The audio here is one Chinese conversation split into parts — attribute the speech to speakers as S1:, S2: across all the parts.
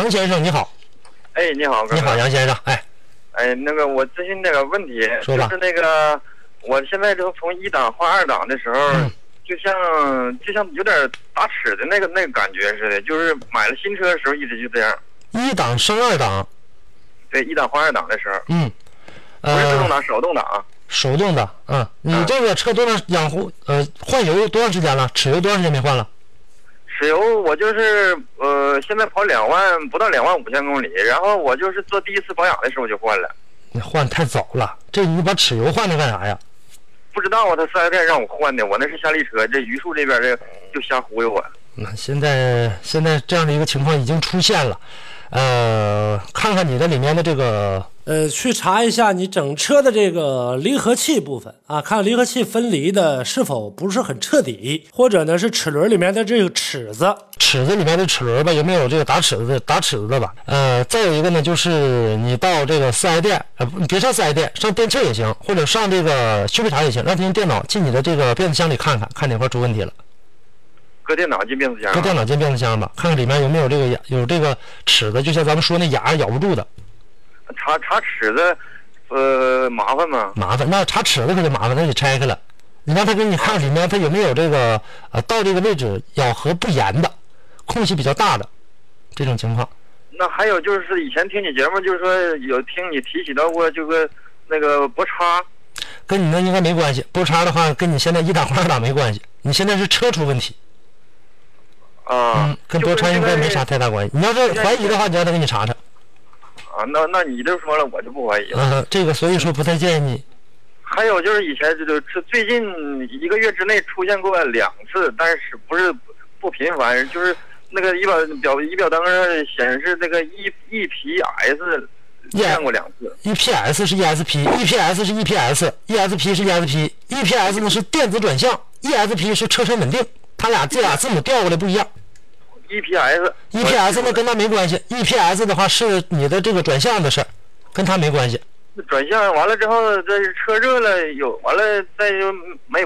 S1: 杨先生你好，
S2: 哎，你好，哥
S1: 你好，杨先生，哎，
S2: 哎，那个我咨询那个问题，
S1: 说吧
S2: 就是那个我现在就从一档换二档的时候，
S1: 嗯
S2: 就像就像有点打齿的那个那个感觉似的，就是买了新车的时候一直就这样，
S1: 一档升二档，
S2: 对，一档换二档的时候，
S1: 嗯，
S2: 不是自动
S1: 呃，
S2: 挡，手动挡啊，
S1: 手动的，嗯，你
S2: 嗯
S1: 这个车多长养护呃换油多长时间了？齿油多长时间没换了？
S2: 石油我就是呃，现在跑两万不到两万五千公里，然后我就是做第一次保养的时候我就换了，
S1: 你换太早了，这你把齿油换了干啥呀？
S2: 不知道啊，他四 S 店让我换的，我那是夏利车，这榆树这边这就瞎忽悠我，
S1: 那现在现在这样的一个情况已经出现了，呃，看看你的里面的这个
S3: 呃，去查一下你整车的这个离合器部分啊，看离合器分离的是否不是很彻底，或者呢是齿轮里面的这个齿子，
S1: 齿子里面的齿轮吧，有没有这个打齿子的打齿子的吧？呃，再有一个呢，就是你到这个四 S 店，呃，不你别上四 S 店，上电器也行，或者上这个修配厂也行，让他用电脑进你的这个变速箱里看看，看哪块出问题了，
S2: 搁电脑进变速箱
S1: 搁电
S2: 啊，
S1: 脑进变速箱吧，看看里面有没有这个牙，有这个齿子，就像咱们说那牙咬不住的
S2: 查查齿子，呃，麻烦吗？
S1: 麻烦，那查齿子可就麻烦，那得拆开了，你让他给你看里面它有没有这个呃到这个位置咬合不严的，空隙比较大的这种情况。
S2: 那还有就是以前听你节目，就是说有听你提起到过这个那个博叉，
S1: 跟你那应该没关系。波叉的话，跟你现在一档换二档没关系。你现在是车出问题，
S2: 啊，
S1: 嗯，跟波叉应该没啥太大关系。你要是怀疑的话，你让他给你查查。
S2: 啊。那那你就说了，我就不怀疑了。
S1: 嗯、这个所以说不太建议你。
S2: 还有就是以前就是最近一个月之内出现过两次，但是不是不频繁，就是那个仪表表仪表灯上显示那个 E E P S 见过两次
S1: EPS E 是 ESP，EPS 是 E EPS，ESP 是 E ESP，EPS 呢是电子转向，ESP 是车身稳定。它俩这俩字母调过来不一样。
S2: E P S
S1: EPS 呢跟它没关系，EPS 的话是你的这个转向的事儿，跟它没关系。
S2: 转向完了之后，这车热了有，完了再就没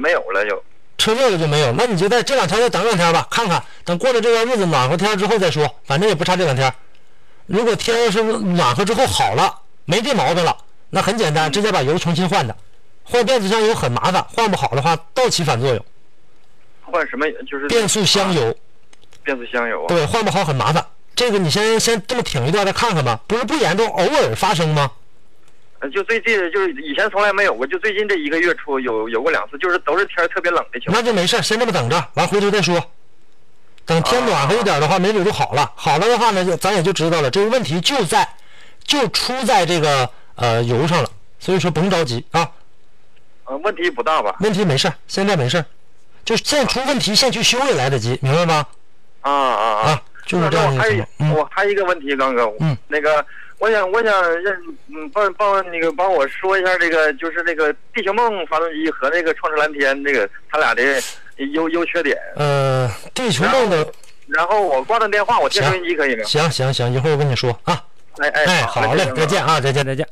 S2: 没有了有。
S1: 车热了就没有，那你就在这两天再等两天吧，看看，等过了这段日子暖和天之后再说，反正也不差这两天。如果天要是暖和之后好了，没这毛病了，那很简单，直接把油重新换的。换变速箱油很麻烦，换不好的话倒起反作用，
S2: 换什么就是
S1: 变速箱油
S2: 变速箱油啊。
S1: 对换不好很麻烦。这个你先先这么挺一段再看看吧，不是不严重，偶尔发生吗？
S2: 呃就最近就是以前从来没有过，就最近这一个月出有有过两次，就是都是天儿特别冷的情况。
S1: 那就没事儿，先这么等着，完回头再说。等天暖和一点的话，没准就好了。好了的话呢，就咱也就知道了，这个问题就在，就出在这个呃油上了。所以说甭着急啊，
S2: 呃，问题不大吧？
S1: 问题没事儿，现在没事儿，就现出问题现去修也来得及，明白吗？
S2: 啊啊
S1: 啊，就是这
S2: 那
S1: 样
S2: 我
S1: 的
S2: 还
S1: 情
S2: 有
S1: 况。嗯，
S2: 我还有一个问题，刚哥，
S1: 嗯，
S2: 那个我想我想让嗯帮帮那个帮我说一下这个就是那个地球梦发动机和那个创驰蓝天这个它俩的优优缺点。
S1: 呃，地球梦的，
S2: 然后我挂断电话，我听
S1: 行
S2: 收音机可以吗？
S1: 行行行，一会儿我跟你说啊。
S2: 哎哎
S1: 哎，好嘞，
S2: 哥
S1: 再见啊，再见再见。